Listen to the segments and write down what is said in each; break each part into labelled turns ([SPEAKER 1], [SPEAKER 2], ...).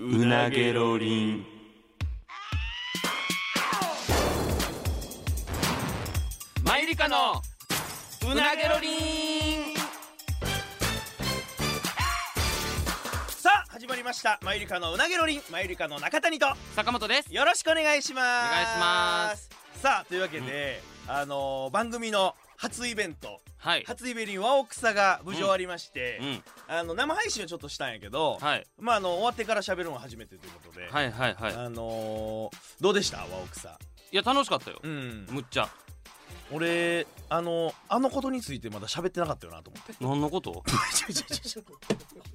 [SPEAKER 1] うなげろりん
[SPEAKER 2] マユリカのうなげろりん
[SPEAKER 3] さあ始まりましたマユリカのうなげろりんマユリカの中谷と
[SPEAKER 2] 坂本です
[SPEAKER 3] よろしくお願いします
[SPEAKER 2] お願いします
[SPEAKER 3] さあというわけで、あのー番組の初イベント
[SPEAKER 2] はい
[SPEAKER 3] 初イベリンワオクサが無事ありまして、
[SPEAKER 2] うん
[SPEAKER 3] あの生配信をちょっとしたんやけど、
[SPEAKER 2] はい
[SPEAKER 3] まああの終わってから喋るのは初めてということで、
[SPEAKER 2] はいはいはい
[SPEAKER 3] あのーどうでしたワオクサ
[SPEAKER 2] いや楽しかったよ
[SPEAKER 3] うん
[SPEAKER 2] むっちゃ
[SPEAKER 3] 俺あのあのことについてまだ喋ってなかったよなと思って
[SPEAKER 2] 何のこと
[SPEAKER 3] ちょちょちょちょ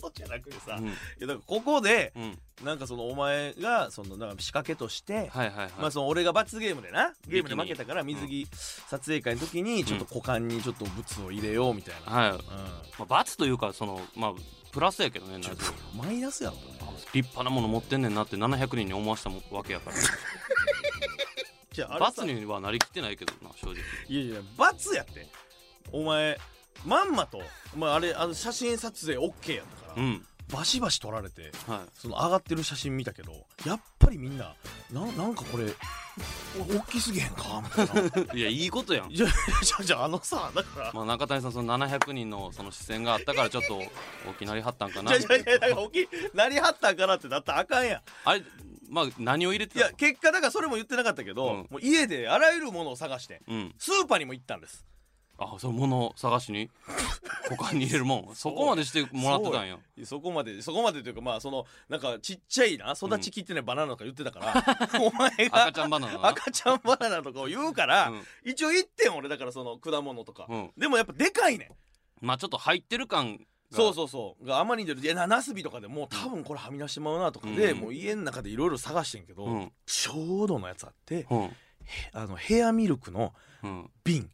[SPEAKER 3] そうじゃなくてさ、
[SPEAKER 2] う
[SPEAKER 3] い
[SPEAKER 2] ん
[SPEAKER 3] やだからここで
[SPEAKER 2] うん
[SPEAKER 3] なんかそのお前がそのなんか仕掛けとして、
[SPEAKER 2] はいはいはい
[SPEAKER 3] まあその俺が罰ゲームでなゲームで
[SPEAKER 2] ビ
[SPEAKER 3] 負
[SPEAKER 2] キニ
[SPEAKER 3] けたから水着撮影会の時にちょっと股間にちょっとブツを入れようみたいな、
[SPEAKER 2] はい
[SPEAKER 3] うん
[SPEAKER 2] まあ罰というかそのまあプラスやけどねな
[SPEAKER 3] ちょ
[SPEAKER 2] ぜ
[SPEAKER 3] っとマイナスやろ
[SPEAKER 2] 立派なもの持ってんねんなって700人に思わせたもわけやか
[SPEAKER 3] じゃあ
[SPEAKER 2] ら
[SPEAKER 3] れさ
[SPEAKER 2] 罰にはなりきってないけどな正直
[SPEAKER 3] いやいや罰やってお前まんまとお前あれあの写真撮影 OK やったか
[SPEAKER 2] う
[SPEAKER 3] ら、
[SPEAKER 2] ん
[SPEAKER 3] バシバシ撮られて
[SPEAKER 2] は
[SPEAKER 3] その上がってる写真見たけどやっぱりみんなななんかこれお大きすぎへんかみたいな
[SPEAKER 2] いいやいいことやん
[SPEAKER 3] じゃじゃじゃあのさだから
[SPEAKER 2] まあ中谷さんその700人のその視線があったからちょっと大きなりはったんかな
[SPEAKER 3] じゃじゃじゃだから大きいなりはったんからってなったらあかんやん
[SPEAKER 2] あれまあ何を入れて
[SPEAKER 3] い
[SPEAKER 2] たの
[SPEAKER 3] や結果だからそれも言ってなかったけど、
[SPEAKER 2] うん
[SPEAKER 3] もう家であらゆるものを探して
[SPEAKER 2] うん
[SPEAKER 3] スーパーにも行ったんです
[SPEAKER 2] あその物を探 しに股間に入れるもんそこまでしてもらってたんや
[SPEAKER 3] そうそこまでそこまでというかまあそのなんかちっちゃいな育ちきってないバナナとか言ってたから、お前が
[SPEAKER 2] 赤ちゃんバナナな
[SPEAKER 3] 赤ちゃんバナナとかを言うから、
[SPEAKER 2] うん
[SPEAKER 3] 一応1点俺だからその果物とか、
[SPEAKER 2] うん
[SPEAKER 3] でもやっぱでかいねん
[SPEAKER 2] まあちょっと入ってる感が
[SPEAKER 3] そうそうそうがあまりに出るいやなナスビとかでもう多分これはみ出してまうなとかで、
[SPEAKER 2] うん
[SPEAKER 3] もう家の中でいろいろ探してんけど、
[SPEAKER 2] うん
[SPEAKER 3] ちょうどのやつあって
[SPEAKER 2] うん、
[SPEAKER 3] あのヘアミルクの
[SPEAKER 2] うん、
[SPEAKER 3] 瓶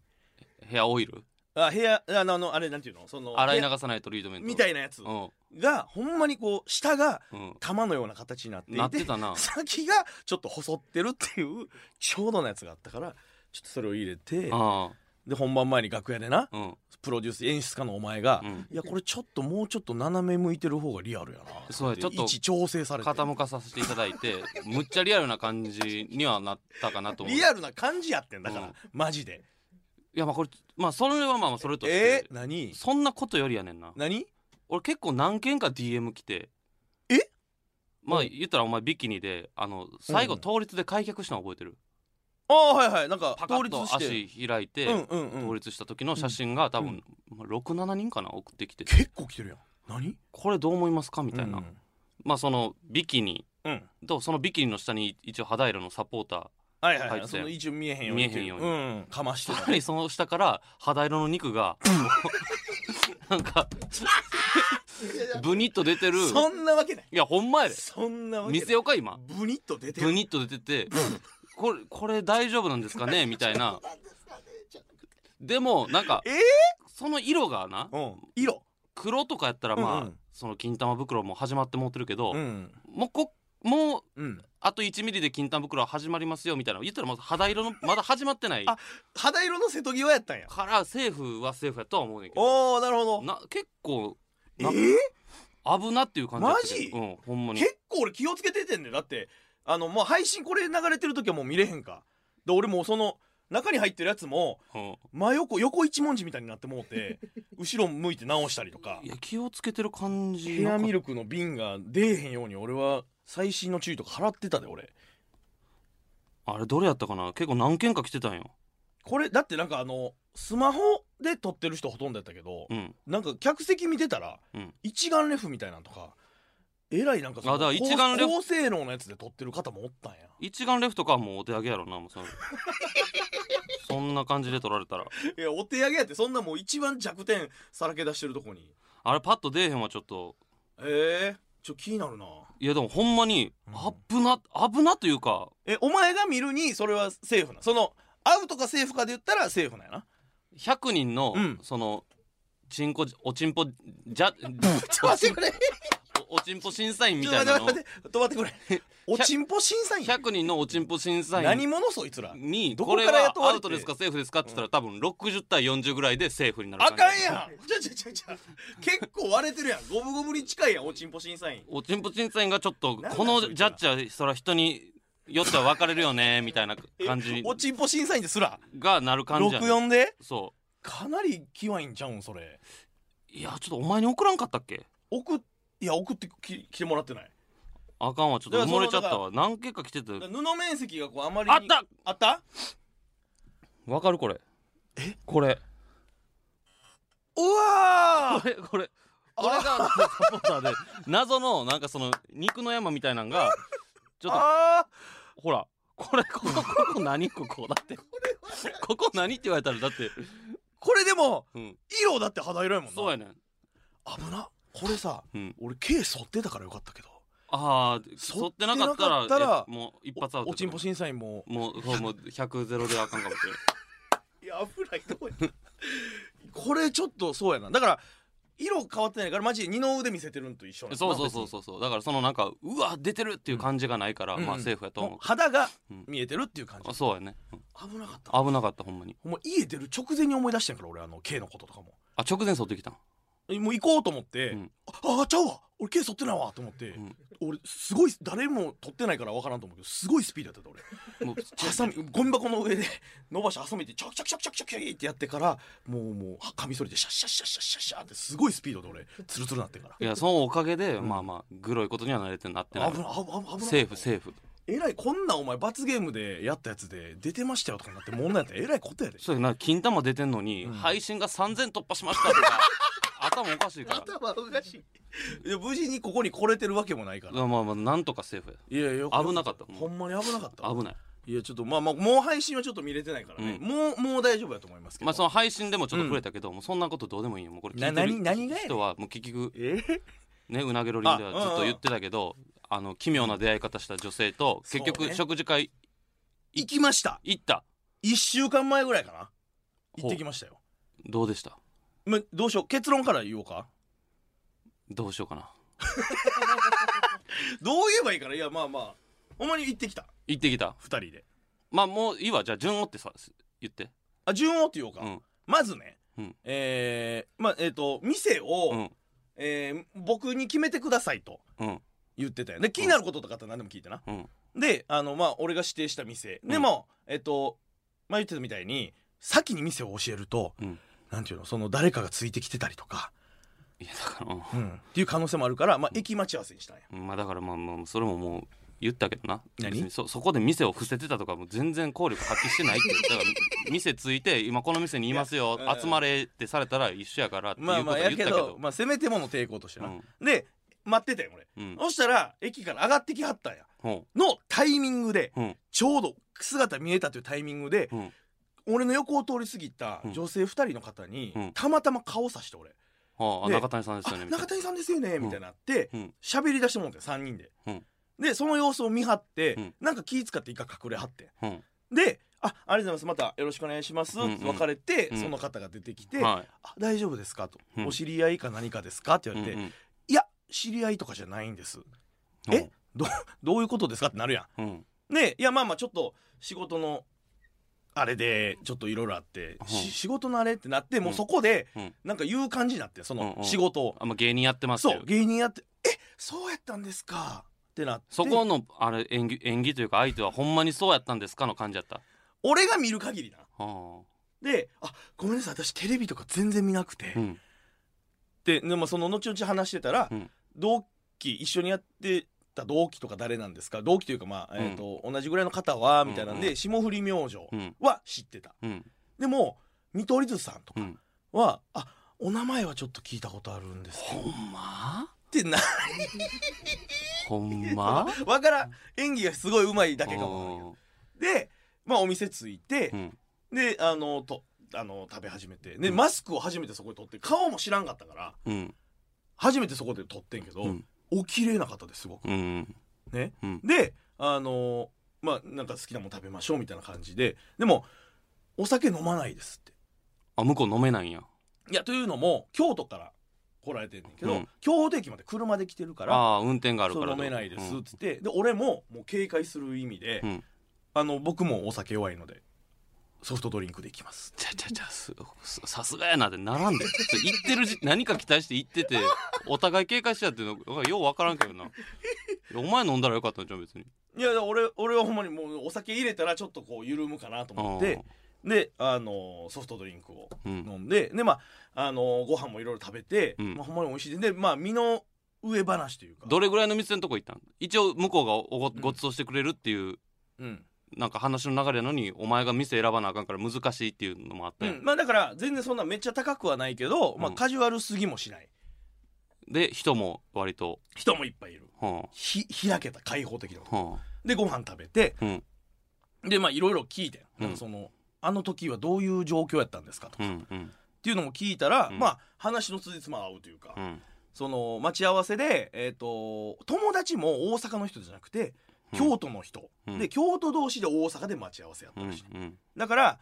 [SPEAKER 2] ヘアオイル
[SPEAKER 3] あ部屋あのあのあれなんていうのその
[SPEAKER 2] 洗い流さないトリートメント
[SPEAKER 3] みた
[SPEAKER 2] い
[SPEAKER 3] いなやつ
[SPEAKER 2] うん
[SPEAKER 3] がほんまにこう下が
[SPEAKER 2] うん
[SPEAKER 3] 玉のような形になっていて
[SPEAKER 2] なって たな
[SPEAKER 3] 先がちょっと細ってるっていうちょうどのやつがあったからちょっとそれを入れて
[SPEAKER 2] あ
[SPEAKER 3] で本番前に楽屋でな
[SPEAKER 2] あうん
[SPEAKER 3] プロデュース演出家のお前が「
[SPEAKER 2] うん
[SPEAKER 3] いやこれちょっともうちょっと斜め向いてる方がリアルやな」
[SPEAKER 2] そうや
[SPEAKER 3] て
[SPEAKER 2] ちょっと
[SPEAKER 3] 位置調整されて
[SPEAKER 2] 傾かさせていただいてむっちゃリアルな感じにはなったかなと思う
[SPEAKER 3] リアルな感じやってんだから、
[SPEAKER 2] うん
[SPEAKER 3] マジで
[SPEAKER 2] いやまあこれまあそれはまあまあそれとして
[SPEAKER 3] え、ー、何
[SPEAKER 2] そんなことよりやねんな
[SPEAKER 3] 何
[SPEAKER 2] 俺結構何件か DM 来て
[SPEAKER 3] え
[SPEAKER 2] まあ
[SPEAKER 3] うん
[SPEAKER 2] 言ったらお前ビキニであの最後
[SPEAKER 3] うん
[SPEAKER 2] 倒立で開脚したの覚えてる、
[SPEAKER 3] ああはいはいなんか
[SPEAKER 2] パカ
[SPEAKER 3] 倒
[SPEAKER 2] ッ
[SPEAKER 3] 立
[SPEAKER 2] と
[SPEAKER 3] して
[SPEAKER 2] 足開いて、
[SPEAKER 3] うんうんう
[SPEAKER 2] 倒
[SPEAKER 3] ん
[SPEAKER 2] 立した時の写真が多分、まあ67人かな送ってきて
[SPEAKER 3] 結構来てるやん何
[SPEAKER 2] これどう思いますかみ
[SPEAKER 3] み
[SPEAKER 2] たいな、まあそのビキニ
[SPEAKER 3] うん
[SPEAKER 2] とそのビキニの下に一応肌色のサポーター
[SPEAKER 3] はいはい、
[SPEAKER 2] 入っ
[SPEAKER 3] は
[SPEAKER 2] て
[SPEAKER 3] い、その一応見えへんようにって
[SPEAKER 2] 見えへんように
[SPEAKER 3] うん、かまして
[SPEAKER 2] さ
[SPEAKER 3] た
[SPEAKER 2] ら
[SPEAKER 3] ね
[SPEAKER 2] にその下から肌色の 肉がなんかブニッと出てる
[SPEAKER 3] そんなわけない
[SPEAKER 2] いやほんまやで
[SPEAKER 3] そんなわけ
[SPEAKER 2] 見
[SPEAKER 3] ない
[SPEAKER 2] せようか今
[SPEAKER 3] ブニッと出て
[SPEAKER 2] ブ
[SPEAKER 3] る
[SPEAKER 2] ニッと出ててこれこれ大丈夫なんですか ねみたいなでもなんか
[SPEAKER 3] えー
[SPEAKER 2] その色がな
[SPEAKER 3] うん色
[SPEAKER 2] 黒とかやったらまあ、
[SPEAKER 3] うんうん
[SPEAKER 2] その金玉袋も始まって持ってるけど、
[SPEAKER 3] ん
[SPEAKER 2] もうこも
[SPEAKER 3] う
[SPEAKER 2] う
[SPEAKER 3] ん
[SPEAKER 2] あと1ミリで金玉袋始まりますよみたいな言ったらまず肌色のまだ始まってない
[SPEAKER 3] あ肌色の瀬戸際やったんや
[SPEAKER 2] からセーフはセーフやとは思うねんけど
[SPEAKER 3] おーなるほど
[SPEAKER 2] な結構
[SPEAKER 3] え
[SPEAKER 2] な
[SPEAKER 3] ー、
[SPEAKER 2] 危なっていう感じやったけどうん、ほんまに
[SPEAKER 3] 結構俺気をつけててんねだってあのもう配信これ流れてる時はもう見れへんかで俺もうその中に入ってるやつも
[SPEAKER 2] うん
[SPEAKER 3] 真横横一文字みたいになってもう て後ろ向いて直したりとか
[SPEAKER 2] いや気をつけてる感じ
[SPEAKER 3] ヘア
[SPEAKER 2] なかっ
[SPEAKER 3] ミルクの瓶が出えへんように俺は最新の注意とか払ってたで俺
[SPEAKER 2] あれどれやったかな結構何件か来てたんよ
[SPEAKER 3] これだってなんかあのスマホで撮ってる人ほとんどやったけど、
[SPEAKER 2] うん
[SPEAKER 3] なんか客席見てたら、
[SPEAKER 2] うん
[SPEAKER 3] 一眼レフみたいなんとかえらいなんかその
[SPEAKER 2] あだから一眼レフ
[SPEAKER 3] 高高性能のやつで撮ってる方もおったんや
[SPEAKER 2] 一眼レフとかはもうお手上げやろなもうその そんな感じで取られたら
[SPEAKER 3] いやお手上げやってそんなもう一番弱点さらけ出してるとこに
[SPEAKER 2] あれパッと出えへんはちょっと
[SPEAKER 3] えー、ちょ気になるない
[SPEAKER 2] やでもほんまに
[SPEAKER 3] う
[SPEAKER 2] 危な、危なというか
[SPEAKER 3] えお前が見るにそれはセーフなそのアウトかセーフかで言ったらセーフなんやな
[SPEAKER 2] 100人の、
[SPEAKER 3] うん
[SPEAKER 2] そのチンコおちんぽじゃ
[SPEAKER 3] ちょっと待ってくれ
[SPEAKER 2] おちんぽ審査員み
[SPEAKER 3] ちょ
[SPEAKER 2] たい
[SPEAKER 3] っと
[SPEAKER 2] なの
[SPEAKER 3] 待って止まってくれ おちんぽ審査員
[SPEAKER 2] 100人のおちんぽ審査
[SPEAKER 3] 何
[SPEAKER 2] 員
[SPEAKER 3] 者そいつら
[SPEAKER 2] に
[SPEAKER 3] ど
[SPEAKER 2] こ
[SPEAKER 3] こか
[SPEAKER 2] れ
[SPEAKER 3] ら
[SPEAKER 2] は
[SPEAKER 3] 雇われ
[SPEAKER 2] ア
[SPEAKER 3] て
[SPEAKER 2] ウトですかセーフですかって言ったら多分60対40ぐらいでセーフになる
[SPEAKER 3] あ
[SPEAKER 2] 感じ
[SPEAKER 3] かんやんちゃちゃちゃちゃ結構割れてるやん五分五分に近いやんおちんぽ審査員
[SPEAKER 2] おちんぽちんさんがちょっと
[SPEAKER 3] なんだ
[SPEAKER 2] この
[SPEAKER 3] そいつ
[SPEAKER 2] ジャ
[SPEAKER 3] ら
[SPEAKER 2] ッジはそら人によっては分かれるよねみたいな感じ
[SPEAKER 3] おちんぽ審査員ですら
[SPEAKER 2] がなる感じやね
[SPEAKER 3] 64で
[SPEAKER 2] そ
[SPEAKER 3] かなりキワいんちゃうんそれ
[SPEAKER 2] ういやちょっとお前に送らんかったっけ
[SPEAKER 3] 送っいや送ってき来てもらってない
[SPEAKER 2] あかんわちょっと埋もれちゃったわ何件か来てて
[SPEAKER 3] 布面積がこうあまりに
[SPEAKER 2] あった
[SPEAKER 3] あった
[SPEAKER 2] わかるこれえこれ
[SPEAKER 3] うわ
[SPEAKER 2] これこれこれがサポーターで謎のなんかその肉の山みたいなんがちょっと
[SPEAKER 3] ああ
[SPEAKER 2] ほらこれここここ何ここだってここ何って言われたらだって
[SPEAKER 3] これでも
[SPEAKER 2] うん
[SPEAKER 3] 色だって肌色やもんな
[SPEAKER 2] そうやねん
[SPEAKER 3] 危なこれさ
[SPEAKER 2] うん
[SPEAKER 3] 俺毛剃ってたからよかったけど
[SPEAKER 2] ああ剃ってなかったら
[SPEAKER 3] 剃ってなかったら
[SPEAKER 2] えもう一発アウト
[SPEAKER 3] おちんぽ審査員も
[SPEAKER 2] もうそうもう100ゼロであかんかもし
[SPEAKER 3] い
[SPEAKER 2] れん
[SPEAKER 3] や危ないとこやこれちょっとそうやなだから色変わってないからマジで二の腕見せてるんと一緒なん
[SPEAKER 2] そうそうそうそうそうだからそのなんかうわ出てるっていう感じがないから、
[SPEAKER 3] うん
[SPEAKER 2] まあセーフやと思う
[SPEAKER 3] もう、肌が
[SPEAKER 2] うん
[SPEAKER 3] 見えてるっていう感じ
[SPEAKER 2] あそうやね
[SPEAKER 3] 危なかった
[SPEAKER 2] 危なかったほんまに
[SPEAKER 3] もう家出る直前に思い出してんから俺あの K のこととかも
[SPEAKER 2] あ直前剃ってきたん
[SPEAKER 3] えもう行こうと思って、
[SPEAKER 2] うん
[SPEAKER 3] ああちゃうわ俺 K 剃ってないわと思って、
[SPEAKER 2] ん
[SPEAKER 3] 俺すごい誰も撮ってないから分からんと思うけどすごいスピードやってた俺
[SPEAKER 2] もう
[SPEAKER 3] ハサミゴミ箱の上で伸ばし挟めてチョキチョキチョキチョキチョキってやってからもうもうはカミソリでシャッシャッシャッシャッシャッシャッってすごいスピードで俺ツルツルなってるから
[SPEAKER 2] いやそのおかげで、まあまあグロいことには慣れてなってない
[SPEAKER 3] 危ない危ない危ない
[SPEAKER 2] セーフセーフ
[SPEAKER 3] えらいこんなんお前罰ゲームでやったやつで出てましたよとかなって問題やったらえらいことやで
[SPEAKER 2] そうやな金玉出てんのに、
[SPEAKER 3] うん
[SPEAKER 2] 配信が3000突破しました とか頭おかしいから
[SPEAKER 3] おかしいいや無事にここに来れてるわけもないか
[SPEAKER 2] ま
[SPEAKER 3] ら
[SPEAKER 2] あまあなんとかセーフや
[SPEAKER 3] いやいや
[SPEAKER 2] 危なかった
[SPEAKER 3] ほんまに危なかった
[SPEAKER 2] 危ない
[SPEAKER 3] いやちょっとまあまあもう配信はちょっと見れてないからね、
[SPEAKER 2] うん
[SPEAKER 3] もうもう大丈夫だと思いますけど
[SPEAKER 2] まあその配信でもちょっと触れたけど、もうそんなことどうでもいいよもうこれ聞いてる
[SPEAKER 3] な何何がやねん
[SPEAKER 2] 人はもう結局
[SPEAKER 3] え
[SPEAKER 2] ねうなげろりんでは
[SPEAKER 3] あ
[SPEAKER 2] ずっ
[SPEAKER 3] うんう
[SPEAKER 2] と
[SPEAKER 3] ん
[SPEAKER 2] 言ってたけどあの奇妙な出会い方した女性と
[SPEAKER 3] そう
[SPEAKER 2] 結
[SPEAKER 3] ね
[SPEAKER 2] 局食事会
[SPEAKER 3] 行きました
[SPEAKER 2] 行った、
[SPEAKER 3] 1週間前ぐらいかな行
[SPEAKER 2] ほう
[SPEAKER 3] ってきましたよ
[SPEAKER 2] どうでした
[SPEAKER 3] ま、どうしよう結論から言おうか
[SPEAKER 2] どうしようかな
[SPEAKER 3] どう言えばいいからいやまあまあほんまに行ってきた
[SPEAKER 2] 行ってきた
[SPEAKER 3] 2人で
[SPEAKER 2] まあもういいわじゃあ順を追ってさ言って
[SPEAKER 3] あ順をって言おうか、
[SPEAKER 2] うん
[SPEAKER 3] まずね、
[SPEAKER 2] うん
[SPEAKER 3] えー、まあえっ、と店を、
[SPEAKER 2] うん
[SPEAKER 3] えー僕に決めてくださいと
[SPEAKER 2] うん
[SPEAKER 3] 言ってたよね気になることとかあったら何でも聞いてな、
[SPEAKER 2] うん
[SPEAKER 3] であのまあ俺が指定した店、
[SPEAKER 2] ん
[SPEAKER 3] でもえっ、とまあ言ってたみたいに先に店を教えると、
[SPEAKER 2] うん
[SPEAKER 3] なんていうのその誰かがついてきてたりとか、
[SPEAKER 2] いやだから、うん
[SPEAKER 3] うんっていう可能性もあるから、まあ、駅待ち合わせにしたんや、
[SPEAKER 2] まあだからまあまあそれももう言ったけどな
[SPEAKER 3] 何
[SPEAKER 2] 別にそそこで店を伏せてたとかもう全然効力発揮してないってだから店ついて今この店にいますよ
[SPEAKER 3] いやうん
[SPEAKER 2] 集まれってされたら一緒やからっていう
[SPEAKER 3] まあ
[SPEAKER 2] こと
[SPEAKER 3] まあ
[SPEAKER 2] は
[SPEAKER 3] や
[SPEAKER 2] 言った
[SPEAKER 3] け
[SPEAKER 2] け
[SPEAKER 3] ど
[SPEAKER 2] ど
[SPEAKER 3] まあせめてもの抵抗として
[SPEAKER 2] う
[SPEAKER 3] な、
[SPEAKER 2] ん
[SPEAKER 3] で待ってたよ俺
[SPEAKER 2] うん
[SPEAKER 3] そしたら駅から上がってきはったんや
[SPEAKER 2] ほ
[SPEAKER 3] のタイミングで
[SPEAKER 2] ううん
[SPEAKER 3] ちょうど姿見えたというタイミングで、
[SPEAKER 2] うん
[SPEAKER 3] 俺の横を通り過ぎた女性2人の方に、
[SPEAKER 2] うん
[SPEAKER 3] たまたま顔さして俺「
[SPEAKER 2] はあ
[SPEAKER 3] で
[SPEAKER 2] 中谷さんですよね
[SPEAKER 3] あ
[SPEAKER 2] みたい
[SPEAKER 3] 中
[SPEAKER 2] な
[SPEAKER 3] 谷さんですよね」
[SPEAKER 2] ん
[SPEAKER 3] みたいになって
[SPEAKER 2] うん
[SPEAKER 3] 喋、り出してもんて3人で、
[SPEAKER 2] うん
[SPEAKER 3] でその様子を見張って、
[SPEAKER 2] うん
[SPEAKER 3] なんか気使って一回隠れはって
[SPEAKER 2] うん
[SPEAKER 3] で「あありがとうございますまたよろしくお願いします」っ
[SPEAKER 2] うんうん
[SPEAKER 3] て別れて、
[SPEAKER 2] うん
[SPEAKER 3] その方が出てきて「
[SPEAKER 2] は
[SPEAKER 3] あ大丈夫ですか?」と「
[SPEAKER 2] うん
[SPEAKER 3] お知り合いか何かですか?」って
[SPEAKER 2] い
[SPEAKER 3] 言われて「
[SPEAKER 2] うん
[SPEAKER 3] いや知り合いとかじゃないんです
[SPEAKER 2] うん
[SPEAKER 3] えどういうことですか?」ってなるやん。
[SPEAKER 2] うん
[SPEAKER 3] ねいやまあまあちょっと仕事のあれでちょっといろいろあって、
[SPEAKER 2] うん
[SPEAKER 3] し仕事のあれってなってもううんそこで
[SPEAKER 2] うん
[SPEAKER 3] なんか言う感じになってそ
[SPEAKER 2] うんう
[SPEAKER 3] の
[SPEAKER 2] ん
[SPEAKER 3] 仕事を、
[SPEAKER 2] あまあ芸人やってます
[SPEAKER 3] そ
[SPEAKER 2] よ
[SPEAKER 3] う芸人やってえそうやったんですかってなって
[SPEAKER 2] そこのあれ演技演技というか相手はほんまにそうやったんですかの感じやった
[SPEAKER 3] 俺が見る限りな
[SPEAKER 2] は
[SPEAKER 3] で「あごめんなさい私テレビとか全然見なくて」
[SPEAKER 2] あうん
[SPEAKER 3] ででもその後々話してたら、
[SPEAKER 2] うん
[SPEAKER 3] 同期一緒にやってた同期とか誰なんですか同期というかまあ、
[SPEAKER 2] うん
[SPEAKER 3] えー、と同じぐらいの方はみたいなんで、
[SPEAKER 2] うんう
[SPEAKER 3] 霜降り明星
[SPEAKER 2] うん
[SPEAKER 3] は知ってた。
[SPEAKER 2] うん
[SPEAKER 3] でも見取り図さんとか
[SPEAKER 2] うん
[SPEAKER 3] は、あ、お名前はちょっと聞いたことあるんですけど。
[SPEAKER 2] ほんま
[SPEAKER 3] ってな、
[SPEAKER 2] ほんま
[SPEAKER 3] わからん。演技がすごい上手いだけかもわからんけど。
[SPEAKER 2] うん
[SPEAKER 3] で、まあお店着いて
[SPEAKER 2] う、ん
[SPEAKER 3] で、あの、と、あの、食べ始めて。で、
[SPEAKER 2] うん
[SPEAKER 3] マスクを初めてそこで取って、顔も知らんかったから、
[SPEAKER 2] うん
[SPEAKER 3] 初めてそこで取ってんけど、
[SPEAKER 2] うん
[SPEAKER 3] お綺麗な方ですごく。
[SPEAKER 2] うん
[SPEAKER 3] ね。
[SPEAKER 2] うん
[SPEAKER 3] で、あの、まあなんか好きなもん食べましょうみたいな感じで、でも、お酒飲まないですって。
[SPEAKER 2] あ向こう飲めないんや
[SPEAKER 3] いや、というのも、京都からこ来られてんねんけど、
[SPEAKER 2] うん
[SPEAKER 3] 京宝駅まで車で来てるから
[SPEAKER 2] ああ運転があるか
[SPEAKER 3] そう
[SPEAKER 2] ら
[SPEAKER 3] 飲めないです
[SPEAKER 2] う
[SPEAKER 3] っ
[SPEAKER 2] ん
[SPEAKER 3] つって、で俺ももう警戒する意味で、
[SPEAKER 2] うん
[SPEAKER 3] あの僕もお酒弱いのでソフトドリンクでいきます
[SPEAKER 2] ちゃちゃちゃすすさすがやなってならんでそれ行ってるじ 何か期待して行っててお互い警戒しちゃってるのよう分からんけどないやお前飲んだらよかったんじゃん別に
[SPEAKER 3] いや俺俺はほんまにもうお酒入れたらちょっとこう緩むかなと思ってであのソフトドリンクを
[SPEAKER 2] うんうん
[SPEAKER 3] 飲んで、でまああのご飯もいろいろ食べて、
[SPEAKER 2] うん
[SPEAKER 3] まあ、ほんまに美味しいででまあ身の上話というか
[SPEAKER 2] どれぐらいの店のとこ行ったん一応向こうがおご
[SPEAKER 3] うん
[SPEAKER 2] ごちそうしてくれるっていう
[SPEAKER 3] うん、
[SPEAKER 2] なんか話の流れなのにお前が店選ばなあかんから難しいっていうのもあっ
[SPEAKER 3] う
[SPEAKER 2] たよ、
[SPEAKER 3] ん、まあだから全然そんなめっちゃ高くはないけど、まあ
[SPEAKER 2] うん
[SPEAKER 3] カジュアルすぎもしない
[SPEAKER 2] で人も割と
[SPEAKER 3] 人もいっぱいいる
[SPEAKER 2] は
[SPEAKER 3] ひ開けた開放的な
[SPEAKER 2] あは
[SPEAKER 3] でご飯食べて、
[SPEAKER 2] うん
[SPEAKER 3] でまあいろいろ聞いて、
[SPEAKER 2] うん
[SPEAKER 3] なんかそのあの時はどういう状況やったんですかと
[SPEAKER 2] あう
[SPEAKER 3] か、っ
[SPEAKER 2] んうん
[SPEAKER 3] ていうのも聞いたら、
[SPEAKER 2] うん
[SPEAKER 3] まあ話の辻褄合うというか、
[SPEAKER 2] うん
[SPEAKER 3] その待ち合わせでえっ、と友達も大阪の人じゃなくて
[SPEAKER 2] うん
[SPEAKER 3] 京都の人、
[SPEAKER 2] うん
[SPEAKER 3] で京都同士で大阪で待ち合わせやっ
[SPEAKER 2] う
[SPEAKER 3] た
[SPEAKER 2] ん
[SPEAKER 3] らしい、
[SPEAKER 2] うん
[SPEAKER 3] だから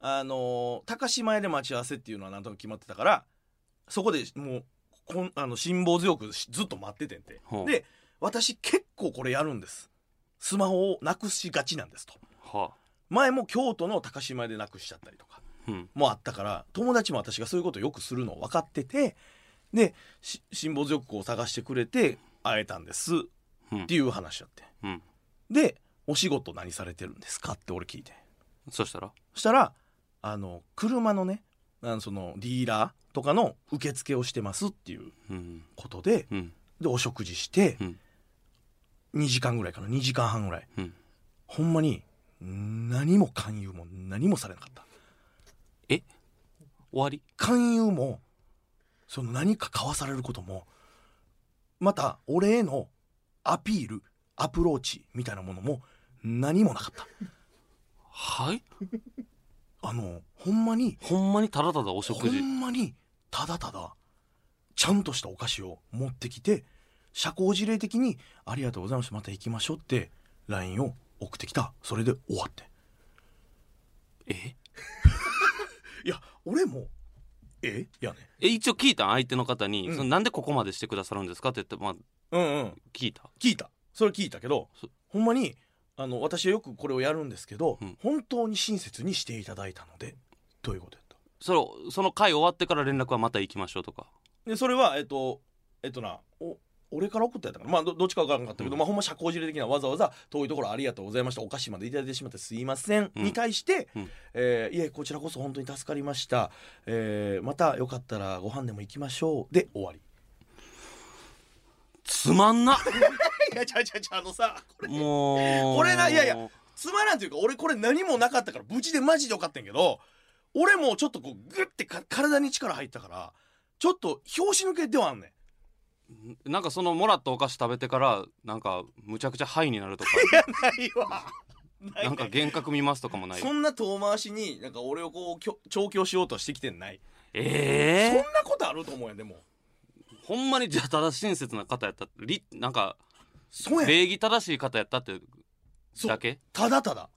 [SPEAKER 3] あのー高島屋で待ち合わせっていうのはなんとなく決まってたからそこでもうこんあの辛抱強くしずっと待っててんて
[SPEAKER 2] ほう
[SPEAKER 3] で私結構これやるんですスマホをなくしがちなんですと
[SPEAKER 2] はあ
[SPEAKER 3] 前も京都の高島屋でなくしちゃったりとか
[SPEAKER 2] うん
[SPEAKER 3] もあったから友達も私がそういうことをよくするのを分かっててでし辛抱強くこう探してくれて会えたんですっていう話だって
[SPEAKER 2] うん
[SPEAKER 3] で「お仕事何されてるんですか?」って俺聞いて
[SPEAKER 2] そしたら
[SPEAKER 3] そしたらあの車のねあのそのディーラーとかの受付をしてますっていう
[SPEAKER 2] うん
[SPEAKER 3] ことで
[SPEAKER 2] うん
[SPEAKER 3] でお食事して
[SPEAKER 2] うん
[SPEAKER 3] 2時間ぐらいかな2時間半ぐらい
[SPEAKER 2] うん
[SPEAKER 3] ほんまに何も勧誘も何もされなかった
[SPEAKER 2] 終わり
[SPEAKER 3] 勧誘もその何か交わされることもまた俺へのアピールアプローチみたいなものも何もなかった
[SPEAKER 2] はい
[SPEAKER 3] あのほんまに
[SPEAKER 2] ほんまにただただお食
[SPEAKER 3] ほ
[SPEAKER 2] 事
[SPEAKER 3] んまにただただちゃんとしたお菓子を持ってきて社交辞令的に「ありがとうございましたまた行きましょう」って LINE を送ってきたそれで終わって
[SPEAKER 2] え
[SPEAKER 3] いや俺もえやね
[SPEAKER 2] え一応聞いたん相手の方に、
[SPEAKER 3] うん
[SPEAKER 2] そのなんでここまでしてくださるんですかって言ってまあ
[SPEAKER 3] うんうん
[SPEAKER 2] 聞いた
[SPEAKER 3] 聞いたそれ聞いたけど
[SPEAKER 2] そ
[SPEAKER 3] ほんまにあの私はよくこれをやるんですけど、
[SPEAKER 2] うん
[SPEAKER 3] 本当に親切にしていただいたのでということやった
[SPEAKER 2] それその回終わってから連絡はまた行きましょうとか
[SPEAKER 3] でそれはえっとえっとなお俺から送ったやったかな、まあ、どどっちか分からなかったけど、
[SPEAKER 2] うん
[SPEAKER 3] まあ、ほんま社交辞令的なわざわざ遠いところありがとうございましたお菓子までいただいてしまってすいません、
[SPEAKER 2] うん
[SPEAKER 3] に対して、
[SPEAKER 2] うん
[SPEAKER 3] えーいえこちらこそ本当に助かりました、えーまたよかったらご飯でも行きましょうで終わり
[SPEAKER 2] つまんな
[SPEAKER 3] いやちゃうちゃうちゃうあのさこれ
[SPEAKER 2] もう
[SPEAKER 3] これないやいやつまらんというか俺これ何もなかったから無事でマジでよかったんやけど俺もちょっとこうグッてか体に力入ったからちょっと拍子抜けではあんねん
[SPEAKER 2] なんかそのもらったお菓子食べてからなんかむちゃくちゃハイにな るとか
[SPEAKER 3] ないわない
[SPEAKER 2] なんか幻覚見ますとかもない
[SPEAKER 3] そんな遠回しになんか俺をこうきょ調教しようとはしてきてない、
[SPEAKER 2] え
[SPEAKER 3] そん
[SPEAKER 2] え
[SPEAKER 3] なことあると思うやんでも
[SPEAKER 2] ほんまにじゃあただ親切な方やったりなんか
[SPEAKER 3] そうやん
[SPEAKER 2] 礼儀正しい方やったって
[SPEAKER 3] そ
[SPEAKER 2] だ
[SPEAKER 3] う
[SPEAKER 2] け
[SPEAKER 3] ただただ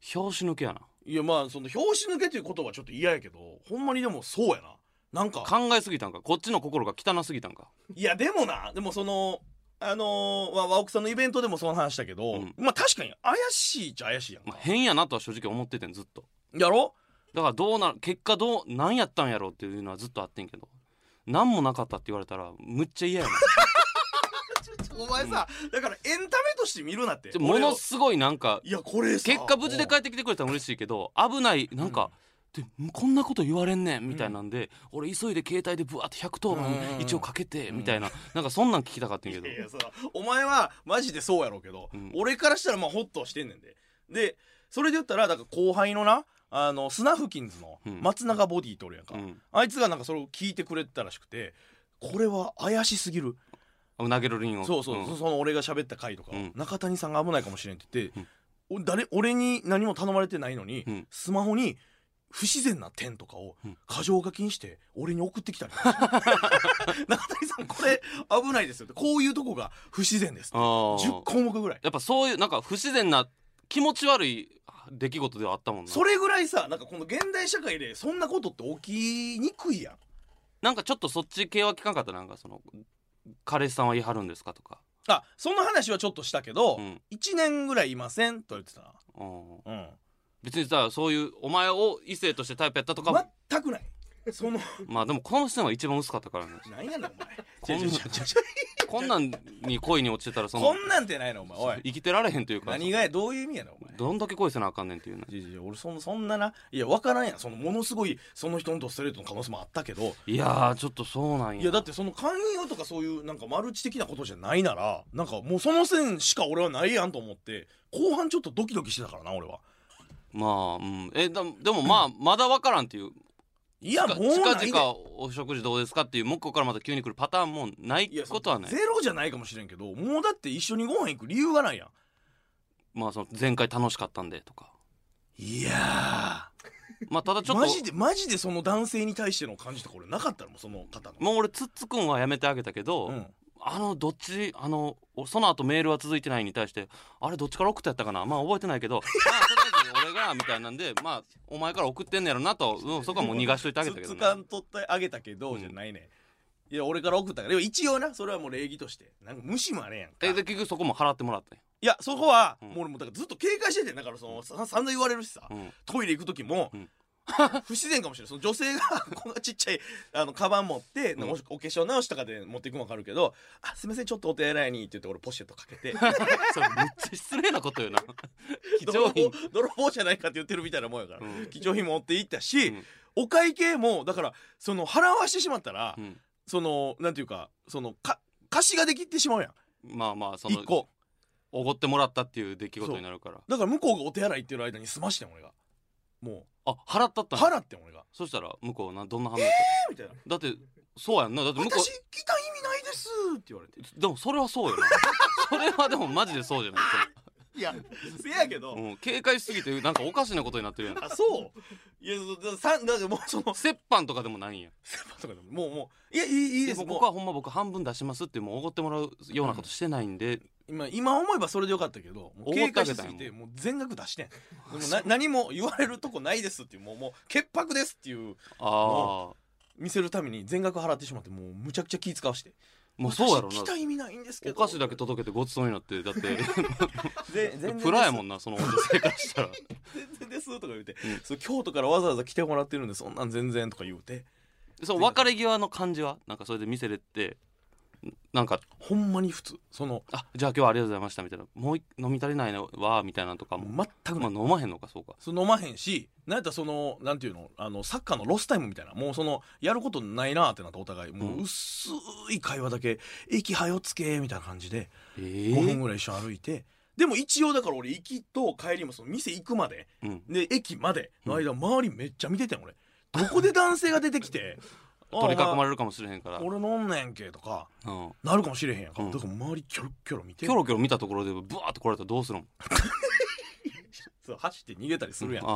[SPEAKER 2] 拍子抜けやない
[SPEAKER 3] やまあその拍子抜けという言葉はちょっと嫌やけどほんまにでもそうやななんか
[SPEAKER 2] 考えすぎたんかこっちの心が汚すぎたんか
[SPEAKER 3] いやでもなでもそのあのー、わ和奥さんのイベントでもその話したけど、
[SPEAKER 2] うん
[SPEAKER 3] まあ確かに怪しいっちゃ怪しいやん
[SPEAKER 2] ま
[SPEAKER 3] か
[SPEAKER 2] あ、変やなとは正直思っててんずっと
[SPEAKER 3] やろ
[SPEAKER 2] だからどうな結果どう何やったんやろうっていうのはずっとあってんけど何もなかったって言われたらむっちゃ嫌やな
[SPEAKER 3] お前さ、だからエンタメとして見るなって
[SPEAKER 2] ちょ も
[SPEAKER 3] 俺を
[SPEAKER 2] のすごいなんか
[SPEAKER 3] いやこれさ
[SPEAKER 2] 結果無事で帰ってきてくれたら嬉しいけど危ないなんか、でこんなこと言われんねんみたいなんで、俺急いで携帯でぶわって110
[SPEAKER 3] うんうん
[SPEAKER 2] 番一応かけてみたいな、なんかそんなん聞きたかったんや
[SPEAKER 3] いやい
[SPEAKER 2] け
[SPEAKER 3] やそらお前はマジでそうやろうけど、
[SPEAKER 2] うん
[SPEAKER 3] 俺からしたらまあホッとはしてんねんででそれで言ったらだから後輩のなあのスナフキンズの
[SPEAKER 2] うん
[SPEAKER 3] 松永ボディとるやんか、
[SPEAKER 2] ど、うん
[SPEAKER 3] あいつがなんかそれを聞いてくれてたらしくてこれは怪しすぎる
[SPEAKER 2] あ、投げるリンを
[SPEAKER 3] そうそう、
[SPEAKER 2] ん
[SPEAKER 3] そその俺が喋った回とかを、
[SPEAKER 2] うん
[SPEAKER 3] 中谷さんが危ないかもしれんって言って、お誰俺に何も頼まれてないのに、
[SPEAKER 2] うん
[SPEAKER 3] スマホに不自然な点とかを
[SPEAKER 2] うん
[SPEAKER 3] 過剰書きにして俺に送ってきたりとか して中谷さんこれ危ないですよってこういうとこが不自然です
[SPEAKER 2] あー
[SPEAKER 3] 10項目ぐらい
[SPEAKER 2] やっぱそういうなんか不自然な気持ち悪い出来事ではあったもんな
[SPEAKER 3] それぐらいさなんかこの現代社会でそんなことって起きにくいやん
[SPEAKER 2] なんかちょっとそっち系は聞かんかったなんかその彼氏さんは言い張るんですかとか
[SPEAKER 3] あその話はちょっとしたけど、
[SPEAKER 2] うん
[SPEAKER 3] 1年ぐらいいませんと言ってたな
[SPEAKER 2] うん
[SPEAKER 3] うん
[SPEAKER 2] 別にさそういうお前を異性としてタイプやったとか、
[SPEAKER 3] 全くないその
[SPEAKER 2] まあでもこの視点は一番薄かったからね
[SPEAKER 3] なんやねんお前
[SPEAKER 2] こん
[SPEAKER 3] 違う違う違う
[SPEAKER 2] こんなんに恋に落ちてたらそ
[SPEAKER 3] 違う
[SPEAKER 2] の
[SPEAKER 3] こんなんてないのお前おい
[SPEAKER 2] 生きてられへんというか
[SPEAKER 3] 何がやどういう意味やねんお前
[SPEAKER 2] どんだけ恋せなあかんねんっていうね
[SPEAKER 3] いやいや俺そんそんなないや分からんやんそのものすごいその人のドストレートの可能性もあったけど
[SPEAKER 2] いやーちょっとそうなんや
[SPEAKER 3] いやだってその勧誘とかそういうなんかマルチ的なことじゃないならなんかもうその線しか俺はないやんと思って後半ちょっとドキドキしてたからな俺は
[SPEAKER 2] まあうんえだでもまあまだわからんっていう
[SPEAKER 3] いやもう
[SPEAKER 2] 近
[SPEAKER 3] ない
[SPEAKER 2] 々お食事どうですかっていう向こうからまた急に来るパターンもない
[SPEAKER 3] いやそ
[SPEAKER 2] ことはない
[SPEAKER 3] ゼロじゃないかもしれんけどもうだって一緒にご飯行く理由がないやん
[SPEAKER 2] まあその前回楽しかったんでとか
[SPEAKER 3] いや
[SPEAKER 2] まあただち
[SPEAKER 3] ー
[SPEAKER 2] ょっと
[SPEAKER 3] マジでマジでその男性に対しての感じとか俺なかったのもうその方の
[SPEAKER 2] もう俺ツッツくんはやめてあげたけど、
[SPEAKER 3] うん
[SPEAKER 2] あのどっちあのおその後メールは続いてないに対してあれどっちから送ったやったかなまあ覚えてないけ どまあとりあえず俺がみたいなんでまあお前から送ってんねやろなと、うん、そこはもう逃がしといてあげたけど、
[SPEAKER 3] つ
[SPEAKER 2] ね、
[SPEAKER 3] かんとってあげたけど
[SPEAKER 2] うん
[SPEAKER 3] じゃないね、いや俺から送ったからでも一応なそれはもう礼儀としてなんか無視もあれやんか
[SPEAKER 2] えで結局そこも払ってもらったんや
[SPEAKER 3] いやそこは、
[SPEAKER 2] うん
[SPEAKER 3] もう俺もだからずっと警戒しててだからそのさ散々言われるしさ、
[SPEAKER 2] うん
[SPEAKER 3] トイレ行く時も、
[SPEAKER 2] うん
[SPEAKER 3] 不自然かもしれないその女性が こんなちっちゃいあのカバン持って、
[SPEAKER 2] うん
[SPEAKER 3] おお化粧直しとかで持っていくの分かるけど「あすいませんちょっとお手洗いに」って言って俺ポシェットかけて
[SPEAKER 2] それめっちゃ失礼なことよな 貴
[SPEAKER 3] 泥
[SPEAKER 2] 重
[SPEAKER 3] 棒
[SPEAKER 2] 品、
[SPEAKER 3] 泥棒じゃないかって言ってるみたいなもんやから、
[SPEAKER 2] うん
[SPEAKER 3] 貴重品持って行ったし、
[SPEAKER 2] うん
[SPEAKER 3] お会計もだからその払わしてしまったら、
[SPEAKER 2] うん、
[SPEAKER 3] そのなんていうかそのか貸しができてしまうやん
[SPEAKER 2] まあまあその
[SPEAKER 3] 一個
[SPEAKER 2] おごってもらったっていう出来事になるから
[SPEAKER 3] だから向こうがお手洗い行ってる間に済ましてん俺がも
[SPEAKER 2] あ払ったっ
[SPEAKER 3] う
[SPEAKER 2] たんや
[SPEAKER 3] 払ってん俺が
[SPEAKER 2] そしたら向こうなどんな反応やっ
[SPEAKER 3] えーみたいな
[SPEAKER 2] ただ ってそうやんなだって向こう
[SPEAKER 3] 私来た意味ないですって言われて
[SPEAKER 2] でもそれはそうよなそれはでもマジでそうじゃない
[SPEAKER 3] いやせやけど、
[SPEAKER 2] そのうん、警戒しすぎてなんかおかしなことになってる やん
[SPEAKER 3] あそういやそさんだからもうそ の
[SPEAKER 2] 折半とかでもないんや
[SPEAKER 3] セパとかでももうもういやいいいいです
[SPEAKER 2] もう
[SPEAKER 3] もう
[SPEAKER 2] 僕はほんま僕半分出しますってもうおごってもらうようなことしてないんで、
[SPEAKER 3] 今今思えばそれでよかったけどもう
[SPEAKER 2] 奢
[SPEAKER 3] 警
[SPEAKER 2] って
[SPEAKER 3] 戒
[SPEAKER 2] あげ
[SPEAKER 3] した
[SPEAKER 2] ん
[SPEAKER 3] す
[SPEAKER 2] や
[SPEAKER 3] ぎてもう全額出してんでもな何も言われるとこないですっていうもうもう潔白ですっていう
[SPEAKER 2] ああ
[SPEAKER 3] 見せるために全額払ってしまってもうむちゃくちゃ気使わして
[SPEAKER 2] もうそうやろ
[SPEAKER 3] 私来
[SPEAKER 2] な
[SPEAKER 3] た意味ないんですけ
[SPEAKER 2] お
[SPEAKER 3] ど
[SPEAKER 2] 菓子だけ届けてごちそうになってだって
[SPEAKER 3] で全然
[SPEAKER 2] プラや
[SPEAKER 3] ん
[SPEAKER 2] もん なその女性からしたら
[SPEAKER 3] 全然ですとか言うて、
[SPEAKER 2] うん
[SPEAKER 3] そう京都からわざわざ来てもらってるんでそんなん全然とか言うて
[SPEAKER 2] そう別れ際の感じはなんかそれで見せれてなんか
[SPEAKER 3] ほんまに普通その
[SPEAKER 2] 「あじゃあ今日はありがとうございました」みたいな「もう一飲み足りないのわ」みたいなのとかも、
[SPEAKER 3] 全く
[SPEAKER 2] ま
[SPEAKER 3] な
[SPEAKER 2] あ、
[SPEAKER 3] い
[SPEAKER 2] 飲まへんのかそうか
[SPEAKER 3] その飲まへんしなんやったらそのなんていうのあのサッカーのロスタイムみたいなもうそのやることないなってなってお互いも
[SPEAKER 2] うん
[SPEAKER 3] う薄い会話だけ「息はよつけ」みたいな感じで
[SPEAKER 2] ええ
[SPEAKER 3] 5分ぐらい一緒に歩いて、でも一応だから俺行きと帰りもその店行くまで
[SPEAKER 2] うん、
[SPEAKER 3] で駅までの間、周りめっちゃ見ててん俺どこで男性が出てきて
[SPEAKER 2] 取り囲ま
[SPEAKER 3] れ
[SPEAKER 2] れるかもしれへんから、うん、
[SPEAKER 3] 俺飲んねんけとかなるかもしれへんやんか、
[SPEAKER 2] うん
[SPEAKER 3] だから周りキョロキョロ見て
[SPEAKER 2] キョロキョロ見たところでブワーって来られたらどうするん
[SPEAKER 3] そう走って逃げたりするやん、
[SPEAKER 2] あ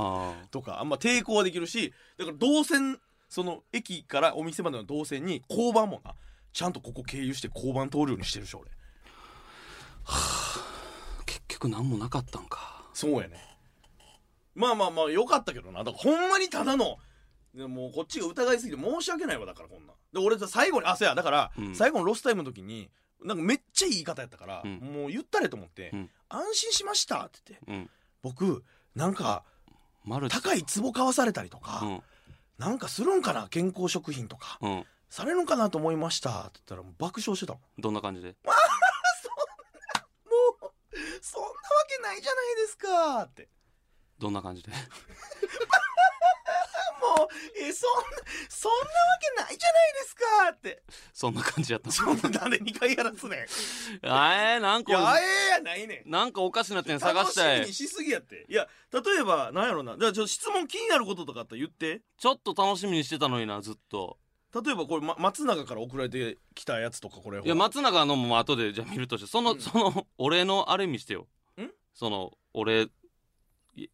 [SPEAKER 2] あ
[SPEAKER 3] とかあんま抵抗はできるしだから動線その駅からお店までの動線に交番もなちゃんとここ経由して交番通るようにしてるし俺
[SPEAKER 2] 結局何もなかったんか
[SPEAKER 3] そうやねまあまあまあよかったけどなだからほんまにただのでもうこっちが疑いすぎて申し訳ないわだからこんなんで俺さ最後にあそうやだから、
[SPEAKER 2] うん
[SPEAKER 3] 最後のロスタイムの時になんかめっちゃいい言い方やったから、
[SPEAKER 2] うん
[SPEAKER 3] もう言ったれと思って、
[SPEAKER 2] うん
[SPEAKER 3] 安心しましたって言って
[SPEAKER 2] うん
[SPEAKER 3] 僕なんか
[SPEAKER 2] マルチ
[SPEAKER 3] 高い壺買わされたりとか、
[SPEAKER 2] うん
[SPEAKER 3] なんかするんかな健康食品とか
[SPEAKER 2] うん
[SPEAKER 3] されるんかなと思いましたって言ったらもう爆笑してたもん
[SPEAKER 2] どんな感じで
[SPEAKER 3] もうそんなわけないじゃないですかって
[SPEAKER 2] どんな感じで
[SPEAKER 3] もうえそんなそんなわけないじゃないですかって
[SPEAKER 2] そんな感じ やったの
[SPEAKER 3] そんななんで2回やらすねん
[SPEAKER 2] あえー、なん
[SPEAKER 3] いやあ
[SPEAKER 2] か
[SPEAKER 3] ええやないねん
[SPEAKER 2] なんかおかしな点探した
[SPEAKER 3] 楽しみ
[SPEAKER 2] い
[SPEAKER 3] にしすぎやっていや例えばなんやろなじゃあちょっと質問気になることとかあったら言って
[SPEAKER 2] ちょっと楽しみにしてたのになずっと
[SPEAKER 3] 例えばこれ、ま、松永から送られてきたやつとかこれ
[SPEAKER 2] いや
[SPEAKER 3] ほら
[SPEAKER 2] 松永のも後でじゃあ見るとしてその、
[SPEAKER 3] うん
[SPEAKER 2] その 俺のあれ見してよ
[SPEAKER 3] ん
[SPEAKER 2] その俺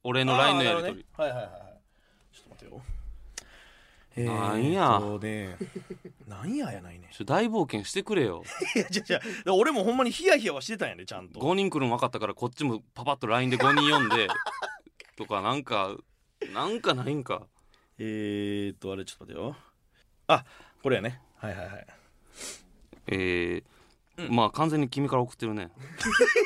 [SPEAKER 2] 俺の LINE のやり取り、
[SPEAKER 3] あーなるほどねはいはいはいはいちょっと待てよえ
[SPEAKER 2] なんや
[SPEAKER 3] ーっとねなん ややないね
[SPEAKER 2] ちょ大冒険してくれよ
[SPEAKER 3] いやじゃじゃ俺もほんまにヒヤヒヤはしてたんやでちゃんと
[SPEAKER 2] 5人来るの分かったからこっちもパパッと LINE で5人読ん でとかなんかなんかないんか
[SPEAKER 3] えーっとあれちょっと待てよあこれやねはいはい はい
[SPEAKER 2] えーまあ完全に君から送ってるね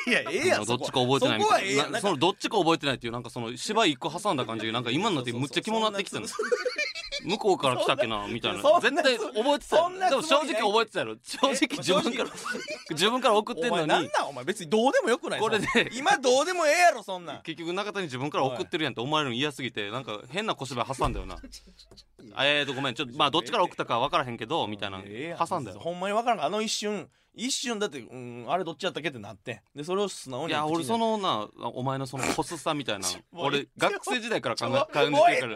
[SPEAKER 3] いやええやん
[SPEAKER 2] ど
[SPEAKER 3] そ
[SPEAKER 2] っちか
[SPEAKER 3] こ
[SPEAKER 2] 覚えてないみ
[SPEAKER 3] そこ
[SPEAKER 2] た
[SPEAKER 3] はいええやん
[SPEAKER 2] なそのどっちか覚えてないっていうなんかその芝居一個挟んだ感じなんか今になってむっちゃ着物なってきてる
[SPEAKER 3] そん
[SPEAKER 2] 向こうから来たっけなみたいな
[SPEAKER 3] そんな
[SPEAKER 2] 絶対覚えてた
[SPEAKER 3] そんな
[SPEAKER 2] よ
[SPEAKER 3] つ
[SPEAKER 2] で
[SPEAKER 3] も
[SPEAKER 2] も
[SPEAKER 3] り
[SPEAKER 2] 正
[SPEAKER 3] ない
[SPEAKER 2] 直覚えてたやろ正直自分から自分から送ってん
[SPEAKER 3] お前
[SPEAKER 2] の
[SPEAKER 3] なん
[SPEAKER 2] に
[SPEAKER 3] なんお前別にどうでもよくない
[SPEAKER 2] これ
[SPEAKER 3] そん
[SPEAKER 2] で
[SPEAKER 3] なん今どうでもええやろそんなん
[SPEAKER 2] 結局中田に自分から送ってるやんって思われるの嫌すぎてなんか変な小芝居挟んだよなえーとごめんちょっとまあどっちから送ったか分からへんけどみたいな挟んだよ
[SPEAKER 3] ほんまにわからんあの一瞬一瞬だってうんあれどっちやったっけってなってでそれを素直
[SPEAKER 2] い
[SPEAKER 3] に
[SPEAKER 2] や俺そ
[SPEAKER 3] の
[SPEAKER 2] のなお前のそのコスさみたいな
[SPEAKER 3] もう言っ
[SPEAKER 2] 俺
[SPEAKER 3] て
[SPEAKER 2] 学生時代から考
[SPEAKER 3] もう
[SPEAKER 2] え感じてる
[SPEAKER 3] もう言って
[SPEAKER 2] から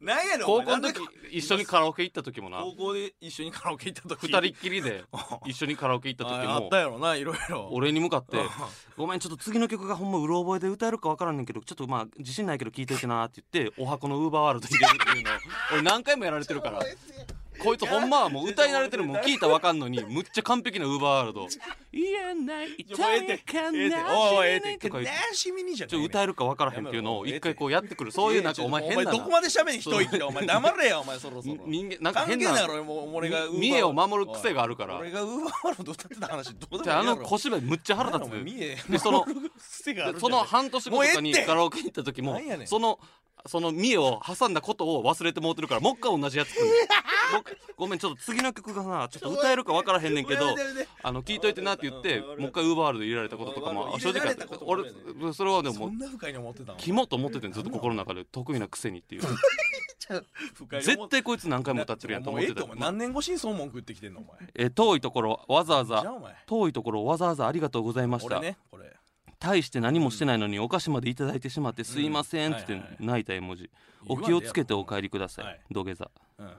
[SPEAKER 3] なんやねんお前
[SPEAKER 2] 高校
[SPEAKER 3] な
[SPEAKER 2] の
[SPEAKER 3] んで
[SPEAKER 2] 時一緒にカラオケ行った時もな
[SPEAKER 3] 高校で一緒にカラオケ行った時
[SPEAKER 2] 二人っきりで 一緒にカラオケ行った時
[SPEAKER 3] ああっ
[SPEAKER 2] も
[SPEAKER 3] たやろないろいろ
[SPEAKER 2] 俺に向かって
[SPEAKER 3] うん
[SPEAKER 2] 「ごめんちょっと次の曲がほんまうろ覚えで歌えるか分からんねんけどちょっとまあ自信ないけど聞いといてな」って言って「お箱のウーバーワールド」入れる っていうのを俺何回もやられてるからこいつほんまはもう歌い慣れてるもん聞いたらわかんのにむっちゃ完璧なウーバーワールド「いらない痛
[SPEAKER 3] もうええ
[SPEAKER 2] み
[SPEAKER 3] って
[SPEAKER 2] か
[SPEAKER 3] ええって
[SPEAKER 2] な
[SPEAKER 3] おいおいええっ
[SPEAKER 2] し
[SPEAKER 3] て
[SPEAKER 2] ね」とか言って。
[SPEAKER 3] 悲しみにじゃ
[SPEAKER 2] ちょ歌
[SPEAKER 3] え
[SPEAKER 2] えるか分からへんっていうのを一回こうやってくるそういうなんかお前変な
[SPEAKER 3] どこまで喋り一息でお前黙れやお前そろそ ろ
[SPEAKER 2] 人間なんか
[SPEAKER 3] 関
[SPEAKER 2] 変
[SPEAKER 3] 係ない
[SPEAKER 2] な
[SPEAKER 3] やろもう俺が
[SPEAKER 2] み見栄を守る癖があるから
[SPEAKER 3] 俺がウーバーワールド歌ってた話どうでもいい
[SPEAKER 2] じ
[SPEAKER 3] や
[SPEAKER 2] ゃあ
[SPEAKER 3] ろ
[SPEAKER 2] あの小芝居むっちゃ腹立
[SPEAKER 3] お前
[SPEAKER 2] つ
[SPEAKER 3] 見え
[SPEAKER 2] でその
[SPEAKER 3] 守る癖がある
[SPEAKER 2] でその半年後とかに
[SPEAKER 3] もうええって
[SPEAKER 2] カラオケ行った時も
[SPEAKER 3] なんやねん
[SPEAKER 2] そのその見栄を挟んだことを忘れてもうてるからもう一回同じやつ 来るもう一回ごめんちょっと次の曲がなちょっと歌えるか分からへんねんけどあの聞いといてなって言って
[SPEAKER 3] うんうん
[SPEAKER 2] もう一回ウーバーワールド入れられたこととか
[SPEAKER 3] うん
[SPEAKER 2] も
[SPEAKER 3] うん
[SPEAKER 2] あ正直
[SPEAKER 3] 入れ
[SPEAKER 2] あっ
[SPEAKER 3] られ
[SPEAKER 2] て
[SPEAKER 3] たこともね
[SPEAKER 2] 俺それはで
[SPEAKER 3] そ
[SPEAKER 2] も
[SPEAKER 3] んな深いに思ってたの
[SPEAKER 2] 肝と思っててんずっと心の中で得意なくせにっていう
[SPEAKER 3] 深いに思
[SPEAKER 2] 絶
[SPEAKER 3] って
[SPEAKER 2] 対こいつ何回も歌ってるやんと思って
[SPEAKER 3] もうええお前
[SPEAKER 2] た
[SPEAKER 3] 何年越しにそう文句言ってきてんのお前
[SPEAKER 2] え遠いところわざわざ
[SPEAKER 3] じゃあお前
[SPEAKER 2] 遠いところをわざわざありがとうございまし
[SPEAKER 3] 俺
[SPEAKER 2] た、
[SPEAKER 3] ねこれ
[SPEAKER 2] 大して何もしてないのにお菓子までいただいてしまってすいません
[SPEAKER 3] うん
[SPEAKER 2] って
[SPEAKER 3] はいはい
[SPEAKER 2] 泣いた絵文字、
[SPEAKER 3] 言わんで
[SPEAKER 2] お気
[SPEAKER 3] や
[SPEAKER 2] をつけてお帰りください、
[SPEAKER 3] はい
[SPEAKER 2] 土下座
[SPEAKER 3] うん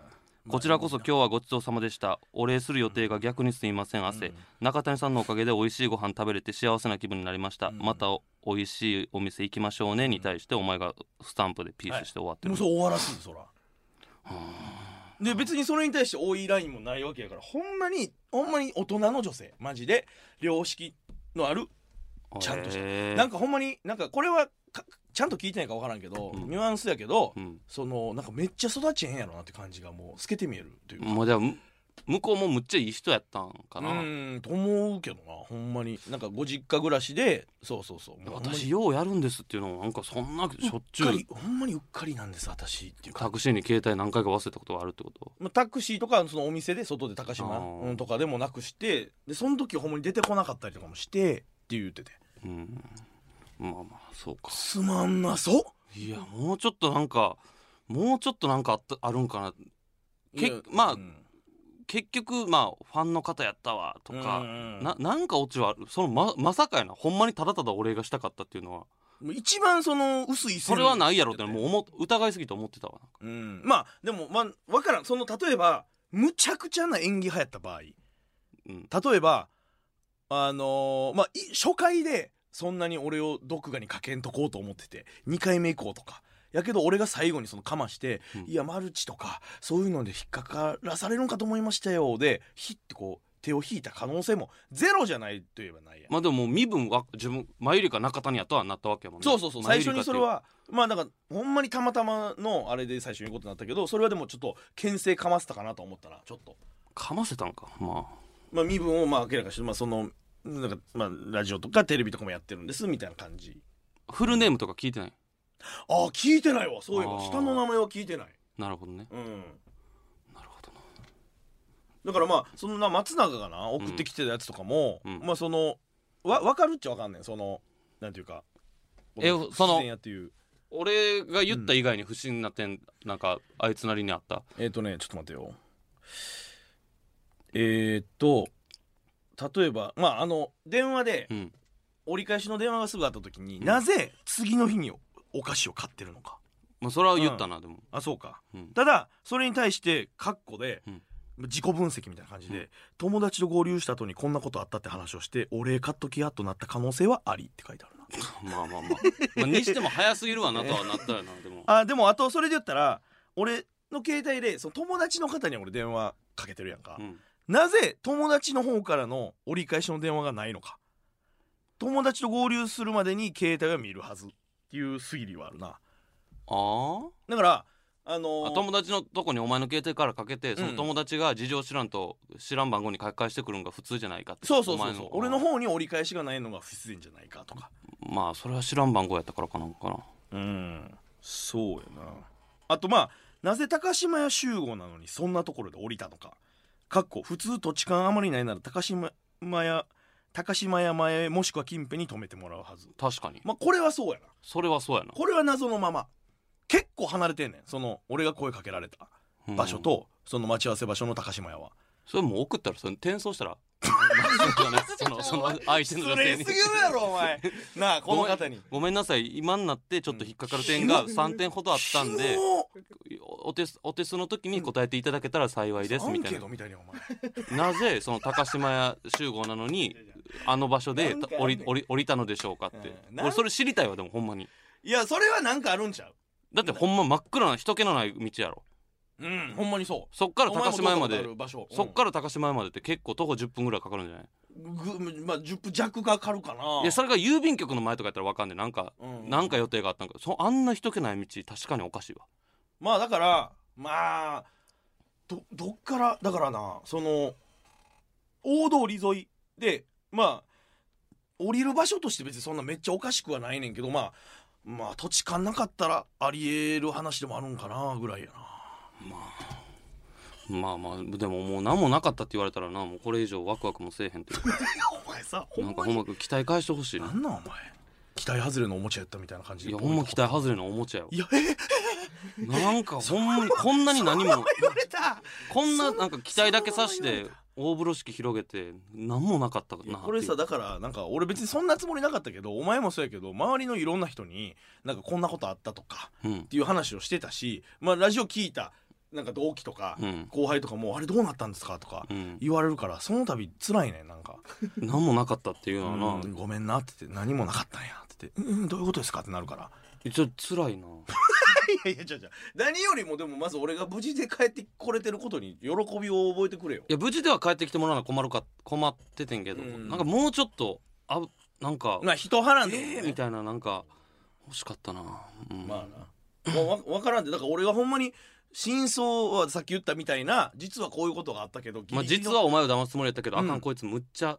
[SPEAKER 2] こちらこそ今日はごちそうさまでしたお礼する予定が逆にすいません汗、中谷さんのおかげで美味しいご飯食べれて幸せな気分になりました、
[SPEAKER 3] うん
[SPEAKER 2] またお美味しいお店行きましょうねに対してお前がスタンプでピースして終わってる、
[SPEAKER 3] もうそう終わらすんそらで別にそれに対して多いラインもないわけやからほんまにほんまに大人の女性マジで良識のあるちゃんとした
[SPEAKER 2] へー
[SPEAKER 3] なんかほんまになんかこれはかちゃんと聞いてないか分からんけど、
[SPEAKER 2] うん
[SPEAKER 3] ニュアンスやけど、
[SPEAKER 2] うん
[SPEAKER 3] そのなんかめっちゃ育ちへんやろなって感じがもう透けて見えるというか、
[SPEAKER 2] もうでも向こうもむっちゃいい人やったんか
[SPEAKER 3] う
[SPEAKER 2] な、
[SPEAKER 3] んと思うけどなほんまになんかご実家暮らしでそうそうそうもうほんまに
[SPEAKER 2] 私ようやるんですっていうのもなんかそんなしょっちゅ
[SPEAKER 3] うっ
[SPEAKER 2] う
[SPEAKER 3] かりほんまにうっかりなんです私っていうか
[SPEAKER 2] タクシーに携帯何回か忘れたことがあるってこと
[SPEAKER 3] まあタクシーとかそのお店で外で高島
[SPEAKER 2] あー
[SPEAKER 3] うんとかでもなくしてでその時ほんまに出てこなかったりとかもしてって言ってて
[SPEAKER 2] うんまあまあそうか
[SPEAKER 3] すまんなそ
[SPEAKER 2] いやもうちょっとなんかもうちょっとなんかあったあるんかなけ
[SPEAKER 3] いや
[SPEAKER 2] まあ
[SPEAKER 3] うん
[SPEAKER 2] 結局まあファンの方やったわと
[SPEAKER 3] う
[SPEAKER 2] か
[SPEAKER 3] ん
[SPEAKER 2] ななんかオチはあるそのままさかやなほんまにただただお礼がしたかったっていうのは
[SPEAKER 3] もう一番その薄い線
[SPEAKER 2] それはないやろってのはもう思っ疑いすぎて思ってたわ
[SPEAKER 3] うん、まあでもまあ分からんその例えばむちゃくちゃな演技派やった場合
[SPEAKER 2] うん
[SPEAKER 3] 例えばあのーまあい初回でそんなに俺を毒ガにかけんとこうと思ってて2回目以降とかやけど俺が最後にそのかまして「
[SPEAKER 2] うん
[SPEAKER 3] いやマルチ」とかそういうので引っかからされるんかと思いましたよでひってこう手を引いた可能性もゼロじゃないといえばないやん、
[SPEAKER 2] まあでももう身分は自分前よりか中谷やとはなったわけやもんね
[SPEAKER 3] そうそうそう
[SPEAKER 2] 前
[SPEAKER 3] 最
[SPEAKER 2] より
[SPEAKER 3] 初
[SPEAKER 2] か
[SPEAKER 3] にそれはまあだからほんまにたまたまのあれで最初に言うことになったけどそれはでもちょっと牽制かませたかなと思ったらちょっと
[SPEAKER 2] ってかませたんかまあ
[SPEAKER 3] まあ、身分をまあ明らかにして、まあ、そのなんか、まあ、ラジオとかテレビとかもやってるんですみたいな感じ
[SPEAKER 2] フルネームとか聞いてない
[SPEAKER 3] ああ聞いてないわそういえ
[SPEAKER 2] あ
[SPEAKER 3] ば
[SPEAKER 2] ー
[SPEAKER 3] 下の名前は聞いてない
[SPEAKER 2] なるほどね
[SPEAKER 3] うん
[SPEAKER 2] なるほどな
[SPEAKER 3] だからまあそのな松永がな送ってきてたやつとかも、
[SPEAKER 2] うん
[SPEAKER 3] まあそのわ分かるっちゃ分かんねんそのなんていうか
[SPEAKER 2] え
[SPEAKER 3] こ
[SPEAKER 2] その
[SPEAKER 3] 不自然やっていう
[SPEAKER 2] 俺が言った以外に不審な点、なんかあいつなりにあった
[SPEAKER 3] えっ、ー、とねちょっと待ってよえー、っと例えばまああの電話で
[SPEAKER 2] うん
[SPEAKER 3] 折り返しの電話がすぐあった時に、
[SPEAKER 2] うん
[SPEAKER 3] なぜ次の日にお菓子を買ってるのか
[SPEAKER 2] まあそれは言ったな、でも、
[SPEAKER 3] あそうか
[SPEAKER 2] うん
[SPEAKER 3] ただそれに対してカッコで、
[SPEAKER 2] うん
[SPEAKER 3] 自己分析みたいな感じで、友達と合流した後にこんなことあったって話をしてお礼買っときやとなった可能性はありって書いてあるな
[SPEAKER 2] まあまあまあまあにしても早すぎるわな とはなったよなでも
[SPEAKER 3] あでもあとそれで言ったら俺の携帯でその友達の方には俺電話かけてるやんか、
[SPEAKER 2] うん
[SPEAKER 3] なぜ友達の方からの折り返しの電話がないのか友達と合流するまでに携帯は見るはずっていう推理はあるな
[SPEAKER 2] あ
[SPEAKER 3] だからあのー
[SPEAKER 2] あ友達のとこにお前の携帯からかけて、そうの
[SPEAKER 3] ん
[SPEAKER 2] 友達が事情知らんと知らん番号に書き返してくるんが普通じゃないかって
[SPEAKER 3] そうそうそ
[SPEAKER 2] お
[SPEAKER 3] う
[SPEAKER 2] 前
[SPEAKER 3] そう俺の方に折り返しがないのが不自然じゃないかとか
[SPEAKER 2] まあそれは知らん番号やったからかなんかな
[SPEAKER 3] うんそうやなあとまあなぜ高島屋集合なのにそんなところで降りたのかかっこ普通土地勘あまりないなら高島屋高島屋前もしくは近辺に止めてもらうはず
[SPEAKER 2] 確かに
[SPEAKER 3] まあこれはそうやな
[SPEAKER 2] それはそうやな
[SPEAKER 3] これは謎のまま結構離れてんねんその俺が声かけられた
[SPEAKER 2] うん
[SPEAKER 3] 場所と、その待ち合わせ場所の高島屋は
[SPEAKER 2] それもう送ったらそれ転送し たらなんかそのその相手の女性に
[SPEAKER 3] やろお前なあ
[SPEAKER 2] ごめんなさい今になってちょっと引っかかる点が3点ほどあったんでお手すお手数の時に答えていただけたら幸いです
[SPEAKER 3] ア
[SPEAKER 2] み
[SPEAKER 3] ン
[SPEAKER 2] た
[SPEAKER 3] ケ
[SPEAKER 2] い
[SPEAKER 3] ートみたいにお前
[SPEAKER 2] ななぜその高島屋集合なのにあの場所で
[SPEAKER 3] なんかあんねん
[SPEAKER 2] 降り降り降りたのでしょうかって
[SPEAKER 3] うんなん
[SPEAKER 2] 俺それ知りたいわでもほんまに
[SPEAKER 3] いやそれはなんかあるんちゃう
[SPEAKER 2] だってほんま真っ暗な人気のない道やろ
[SPEAKER 3] うんほんまにそう
[SPEAKER 2] そっから高島屋ま
[SPEAKER 3] お前
[SPEAKER 2] で
[SPEAKER 3] もどこどこある場所
[SPEAKER 2] そっから高島屋までって結構徒歩10分ぐらいかかるんじゃない
[SPEAKER 3] うんぐまあ10分弱かかるかない
[SPEAKER 2] やそれが郵便局の前とかやったらわかんねんなんか
[SPEAKER 3] うん
[SPEAKER 2] なんか予定があったんかそあんな人気ない道確かにおかしいわ
[SPEAKER 3] まあだからまあどどっからだからなその大通り沿いでまあ降りる場所として別にそんなめっちゃおかしくはないねんけどまあまあ土地勘なかったらありえる話でもあるんかなぐらいやな
[SPEAKER 2] まあまあでももう何もなかったって言われたらなもうこれ以上ワクワクもせえへんというか
[SPEAKER 3] お前さ ほ
[SPEAKER 2] なんんか
[SPEAKER 3] ま
[SPEAKER 2] ほん
[SPEAKER 3] に
[SPEAKER 2] ま期待返してほしい
[SPEAKER 3] な
[SPEAKER 2] なん
[SPEAKER 3] なんお前期待外れのおもちゃやったみたいな感じ
[SPEAKER 2] い
[SPEAKER 3] で
[SPEAKER 2] やほんま期待外れのおもちゃよ
[SPEAKER 3] いやえ
[SPEAKER 2] なんかほんまにこんなに何
[SPEAKER 3] そんな
[SPEAKER 2] も
[SPEAKER 3] 言われた
[SPEAKER 2] こんななんか期待だけさし
[SPEAKER 3] そんな言わ
[SPEAKER 2] て
[SPEAKER 3] れ
[SPEAKER 2] 大風呂敷広げて何もなかった
[SPEAKER 3] いや
[SPEAKER 2] な
[SPEAKER 3] これさ
[SPEAKER 2] ってい
[SPEAKER 3] だからなんか俺別にそんなつもりなかったけどお前もそうやけど周りのいろんな人になんかこんなことあったとか
[SPEAKER 2] ううん
[SPEAKER 3] っていう話をしてたし、まあ、ラジオ聞いたなんか同期とか
[SPEAKER 2] うん
[SPEAKER 3] 後輩とかも「あれどうなったんですか?」とか
[SPEAKER 2] うん
[SPEAKER 3] 言われるからその度辛いねなんか
[SPEAKER 2] 何もなかったってい
[SPEAKER 3] 「
[SPEAKER 2] う
[SPEAKER 3] う
[SPEAKER 2] のはな、
[SPEAKER 3] んごめんな」って言って「何もなかったんや」って言って「うんうんどういうことですか?」ってなるから
[SPEAKER 2] ちょっと辛いない
[SPEAKER 3] やいやじゃじゃ何よりもでもまず俺が無事で帰ってこれてることに喜びを覚えてくれよ
[SPEAKER 2] いや無事では帰ってきてもらうのは困るか困っててんけど、
[SPEAKER 3] うん
[SPEAKER 2] なんかもうちょっとあぶなんか
[SPEAKER 3] まあ人波乱とかね
[SPEAKER 2] えーみたいななんか欲しかったな、うん
[SPEAKER 3] まあなもうわ分からんでだから俺がほんまに真相はさっき言ったみたいな実はこういうことがあったけどギ
[SPEAKER 2] まあ、
[SPEAKER 3] リギリ
[SPEAKER 2] 実
[SPEAKER 3] の
[SPEAKER 2] はお前を騙すつもりやったけど、
[SPEAKER 3] うん
[SPEAKER 2] あかんこいつむっちゃ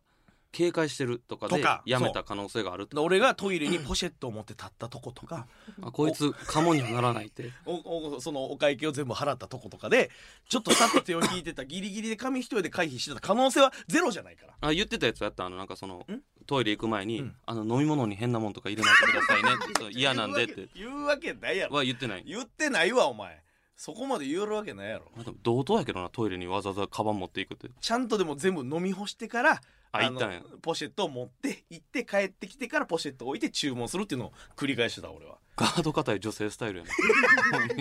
[SPEAKER 2] 警戒してるとかで
[SPEAKER 3] とか
[SPEAKER 2] やめた可能性があると
[SPEAKER 3] 俺がトイレにポシェットを持って立ったとことか
[SPEAKER 2] あこいつカモにはならないって
[SPEAKER 3] おおそのお会計を全部払ったとことかでちょっと立って手を引いてたギリギリで紙一重で回避してた可能性はゼロじゃないから
[SPEAKER 2] あ言ってたやつやったあのなんかその
[SPEAKER 3] ん
[SPEAKER 2] トイレ行く前に、
[SPEAKER 3] うん
[SPEAKER 2] あの飲み物に変なもんとか入れないでくださいね ってそう嫌なんでって
[SPEAKER 3] 言うわけ言うわけないやろ
[SPEAKER 2] は言ってない、
[SPEAKER 3] 言ってないわお前そこまで言えるわけないやろ
[SPEAKER 2] まあ、でも同等やけどなトイレにわざわざカバン持っていくって
[SPEAKER 3] ちゃんとでも全部飲み干してから
[SPEAKER 2] あ行ったんや
[SPEAKER 3] のポシェットを持って行って帰ってきてからポシェットを置いて注文するっていうのを繰り返してた俺 は
[SPEAKER 2] ガード硬い女性スタイルや な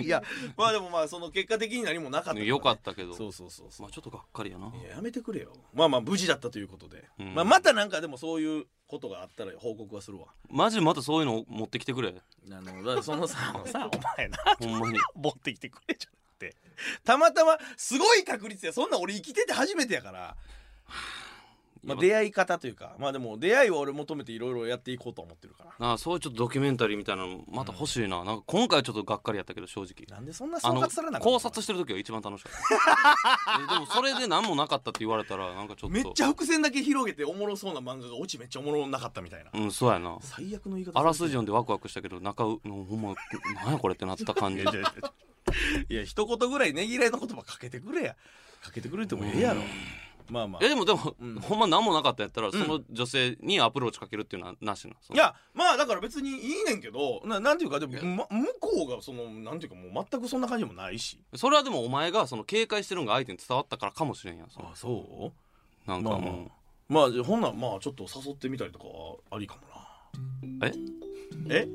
[SPEAKER 3] いやまあでもまあその結果的に何もなかったらね
[SPEAKER 2] よかったけど
[SPEAKER 3] そうそうそうそう
[SPEAKER 2] まあちょっとがっかりやない
[SPEAKER 3] ややめてくれよまあまあ無事だったということで、
[SPEAKER 2] うん
[SPEAKER 3] まあ、またなんかでもそういうことがあったら報告はするわ
[SPEAKER 2] マジまたそういうの持ってきてくれ
[SPEAKER 3] あのだからそのさあのさ お前な
[SPEAKER 2] ほんまに
[SPEAKER 3] 持ってきてくれじゃなくてたまたますごい確率やそんなん俺生きてて初めてやから、まあ、出会い方というかまあでも出会いは俺求めていろいろやっていこうと思ってるから
[SPEAKER 2] なあそういうちょっとドキュメンタリーみたいなのまた欲しいな,、なんか今回はちょっとがっかりやったけど正直
[SPEAKER 3] なんでそんな
[SPEAKER 2] あ
[SPEAKER 3] 総
[SPEAKER 2] の
[SPEAKER 3] 括されなかった
[SPEAKER 2] 考察してる 時が一番楽しかったえでもそれで何もなかったって言われたらなんかちょっと
[SPEAKER 3] めっちゃ伏線だけ広げておもろそうな漫画がオチめっちゃおもろなかったみたいな、
[SPEAKER 2] うんそうやな
[SPEAKER 3] 最悪の言い方
[SPEAKER 2] あらすじ読んでワクワクしたけど中うもうほんま何やこれってなった感
[SPEAKER 3] い
[SPEAKER 2] じ
[SPEAKER 3] やいやい やいや一言ぐらいねぎらいの言葉かけてくれやかけてくれてもええやろまあまあ
[SPEAKER 2] えでもでも、
[SPEAKER 3] うん
[SPEAKER 2] ほんま何もなかったやったらその女性にアプローチかけるっていうのはなしな、そ
[SPEAKER 3] い
[SPEAKER 2] の
[SPEAKER 3] やまあだから別にいいねんけどななんていうかでも、ま向こうがそのなんていうかもう全くそんな感じもないし
[SPEAKER 2] それはでもお前がその警戒してるのが相手に伝わったからかもしれんやんその
[SPEAKER 3] そ
[SPEAKER 2] なんかもう、
[SPEAKER 3] まあまうまあじゃあほんならまあちょっと誘ってみたりとかはありかもな
[SPEAKER 2] え
[SPEAKER 3] え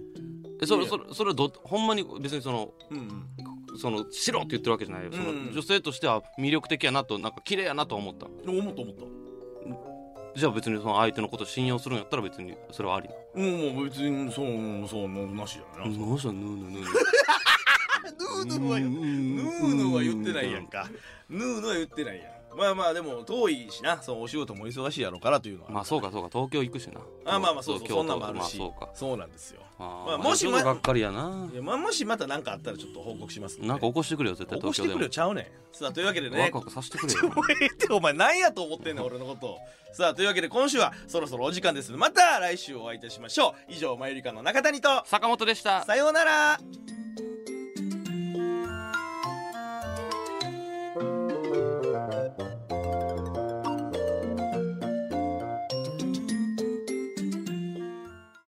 [SPEAKER 2] えそ
[SPEAKER 3] い
[SPEAKER 2] れ
[SPEAKER 3] や
[SPEAKER 2] それそれはどほんまに別にその
[SPEAKER 3] うんうん
[SPEAKER 2] そのしろって言ってるわけじゃないよ、その
[SPEAKER 3] うん
[SPEAKER 2] 女性としては魅力的やなとなんか綺麗やなと思った
[SPEAKER 3] でも思った思った
[SPEAKER 2] じゃあ別にその相手のこと信用するんやったら別にそれはあり
[SPEAKER 3] うんもう別にそうそうなしじゃないな、
[SPEAKER 2] 何しよヌーヌーヌー
[SPEAKER 3] ヌーヌーは言っ
[SPEAKER 2] ヌ
[SPEAKER 3] ヌーヌーは言ってないやんかヌーヌーは言ってないやんまあまあでも遠いしなそのお仕事も忙しいやろうからというのは
[SPEAKER 2] まあそうかそうか東京行くしな
[SPEAKER 3] あまあまあそうそう
[SPEAKER 2] 京都
[SPEAKER 3] そんなんもあるし、
[SPEAKER 2] まあそうか
[SPEAKER 3] そうなんですよ
[SPEAKER 2] あー
[SPEAKER 3] まあ
[SPEAKER 2] まあ
[SPEAKER 3] もしま
[SPEAKER 2] ちょっとがっかりやない
[SPEAKER 3] やまあもしまた何かあったらちょっと報告しますで
[SPEAKER 2] なんか起こしてくれよ絶対
[SPEAKER 3] 起こ
[SPEAKER 2] 東
[SPEAKER 3] し
[SPEAKER 2] 京
[SPEAKER 3] てく
[SPEAKER 2] でも
[SPEAKER 3] れよちゃうねんさあというわけで
[SPEAKER 2] ワ
[SPEAKER 3] ね
[SPEAKER 2] クワクさせてくれ
[SPEAKER 3] ちょ
[SPEAKER 2] よ
[SPEAKER 3] もうええってお前何やと思ってんねん俺のことをさあというわけで今週はそろそろお時間ですまた来週お会いいたしましょう以上マユリカの中谷と
[SPEAKER 2] 坂本でした
[SPEAKER 3] さようなら